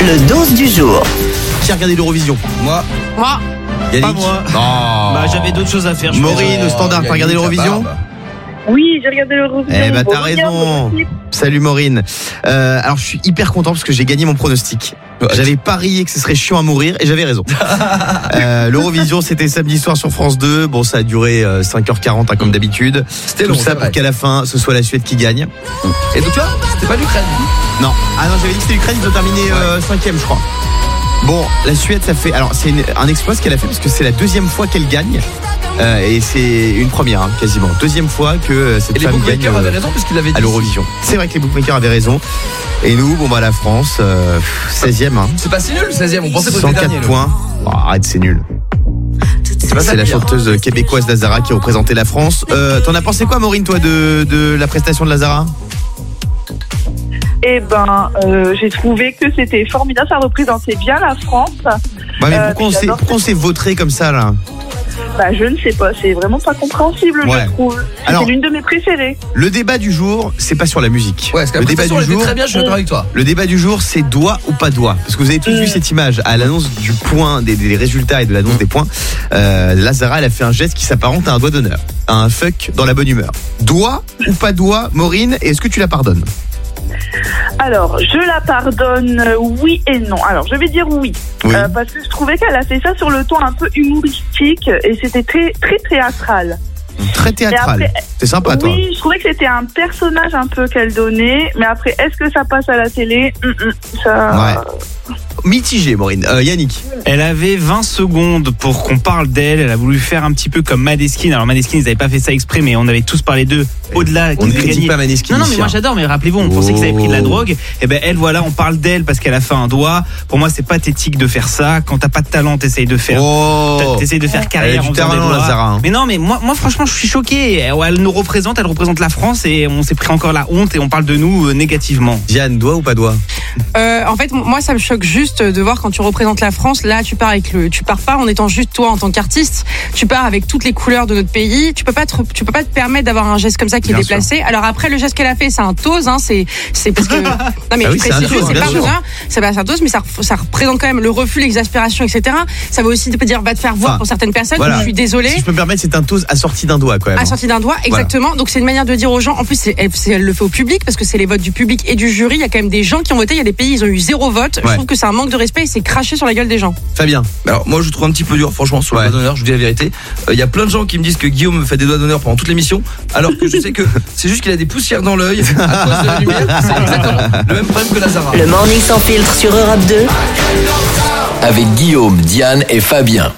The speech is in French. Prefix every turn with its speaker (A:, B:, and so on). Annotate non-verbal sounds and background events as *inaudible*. A: Le 12 du jour.
B: Qui a regardé l'Eurovision Moi.
C: Moi,
B: Yannick
D: Pas moi.
B: Non.
D: Bah, j'avais d'autres choses à faire. je
B: Maureen
D: pense.
B: au standard, t'as regardé l'Eurovision
E: Oui, j'ai regardé le revue.
B: Eh bah,
E: Bon,
B: t'as
E: regarde,
B: raison.
E: bon, équipe.
B: Salut Maureen. Euh, alors je suis hyper content parce que j'ai gagné mon pronostic. Bah,
D: Bah,
B: J'avais parié que ce serait chiant à mourir et j'avais raison.
D: *laughs*
B: Euh, L'Eurovision c'était samedi soir sur France 2. Bon ça a duré euh, 5h40 hein, comme d'habitude. C'était
D: long,
B: Tout ça
D: c'est
B: pour
D: vrai.
B: qu'à la fin ce soit la Suède qui gagne.
D: Et donc là, c'est pas l'Ukraine.
B: Non. Ah non, j'avais dit que c'était l'Ukraine, ils ont terminé 5 je crois. Bon, la Suède, ça fait. Alors, c'est une- un exploit ce qu'elle a fait parce que c'est la deuxième fois qu'elle gagne. Euh, et c'est une première, hein, quasiment. Deuxième fois que euh, cette
D: Et les
B: femme gagne
D: bookmakers
B: euh,
D: avaient raison parce qu'ils l'avaient dit.
B: à l'Eurovision. C'est vrai que les bookmakers avaient raison. Et nous, bon, bah, la France, euh, pff, 16e, hein,
D: C'est pas si nul, le 16 e On pensait que c'était
B: 104
D: dernier. le-
B: points. Oh, arrête, c'est nul.
D: pas
B: C'est
D: ça,
B: la
D: pire.
B: chanteuse québécoise Lazara qui représentait la France. Euh, T'en as pensé quoi, Maureen, toi, de, de la prestation de Lazara
E: Eh ben, euh, j'ai trouvé que c'était formidable. Ça représentait bien la France.
B: bah, mais
E: Euh,
B: Pourquoi on
E: mais
B: s'est-
E: j'adore.
B: pourquoi on s'est vautré comme ça, là
E: Bah, je ne sais pas. C'est vraiment pas compréhensible,
B: Ouais.
E: je trouve.
B: Alors-
E: C'est l'une de mes préférées.
B: Le débat du jour, c'est pas sur la musique.
D: Ouais, parce que
B: le débat du
D: était
B: jour,
D: très bien, je suis d'accord avec toi.
B: le débat du jour, c'est doigt ou pas doigt. Parce que vous avez tous
F: Euh.
B: vu cette image à l'annonce du point, des, des résultats et de l'annonce des points. Euh, Lazara, elle a fait un geste qui s'apparente à un doigt d'honneur, à un fuck dans la bonne humeur. Doigt ou pas doigt, Maureen, et est-ce que tu la pardonnes
E: Alors, je la pardonne, euh, oui et non. Alors, je vais dire oui.
B: Oui.
E: Euh, parce que je trouvais qu'elle a fait ça sur le ton un peu humoristique et c'était très, très théâtral.
B: Très théâtrale.
D: euh,
B: C'est sympa, toi.
E: oui, je trouvais que c'était un personnage un peu qu'elle donnait. Mais après, est-ce que ça passe à la télé Hum, hum, ça...
B: Ouais. Mitigé, Maureen. Euh, Yannick.
F: Elle avait 20 secondes pour qu'on parle d'elle. Elle a voulu faire un petit peu comme Madeskin. Alors Madeskin, ils n'avaient pas fait ça exprès, mais on avait tous parlé d'eux. Au-delà,
B: On ne
F: qu'ils
B: critique
F: gagnaient.
B: pas Maneskin.
F: Non, non, mais
B: ici,
F: moi
B: hein.
F: j'adore, mais rappelez-vous, on pensait
B: Oh.
F: qu'ils avaient pris de la drogue. Et ben elle, voilà, on parle d'elle parce qu'elle a fait un doigt. Pour moi, c'est pathétique de faire ça. Quand t'as pas de talent, t'essayes de faire.
B: Oh
F: T'essayes de faire
B: Elle a
F: carrière
B: du
F: en faisant des
B: talent,
F: doigts.
B: Lazara. hein.
F: Mais non, mais moi, moi franchement, je suis choqué. Elle nous représente, elle représente la France et on s'est pris encore la honte et on parle de nous euh, négativement.
B: Diane, doigt ou pas doigt
C: euh, en fait, m- moi, ça me choque juste de voir quand tu représentes la France. Là, tu pars avec le, tu pars pas en étant juste toi en tant qu'artiste. Tu pars avec toutes les couleurs de notre pays. Tu peux pas, te, tu peux pas te permettre d'avoir un geste comme ça qui
F: Bien
C: est déplacé. Alors après, le geste qu'elle a fait, c'est un tose. Hein, c'est, c'est parce
B: *laughs*
C: que non mais
B: Ah
C: je
B: oui, c'est un
C: précise juste,
B: tose,
C: c'est
B: bien
C: pas
B: sûr.
C: anodin. C'est pas un tose, mais ça, ref- ça représente quand même le refus, l'exaspération, etc. Ça veut aussi dire va te faire voir
B: Enfin,
C: pour certaines personnes.
B: voilà.
C: Je suis désolée.
B: Si je peux me permettre, c'est un toast assorti d'un doigt, quand même.
C: Assorti d'un doigt, exactement. Donc c'est une manière de dire aux gens. En plus, c'est- elle, c'est- elle le fait au public parce que c'est les votes du public et du jury. Il y a quand même des gens qui ont voté. Il y a des pays, ils ont eu zéro vote.
B: Ouais.
C: Je trouve que c'est un manque de respect et c'est craché sur la gueule des gens.
B: Fabien.
D: Alors moi je trouve un petit peu dur franchement sur
B: Ouais.
D: les doigts d'honneur, je vous dis la vérité. Euh, Il y a plein de gens qui me disent que Guillaume me fait des doigts d'honneur pendant toute l'émission, alors que je sais que c'est juste qu'il a des poussières dans l'œil à cause de la lumière. C'est exactement le même problème que Lazara.
A: Le morning sans filtre sur Europe 2.
G: Avec Guillaume, Diane et Fabien.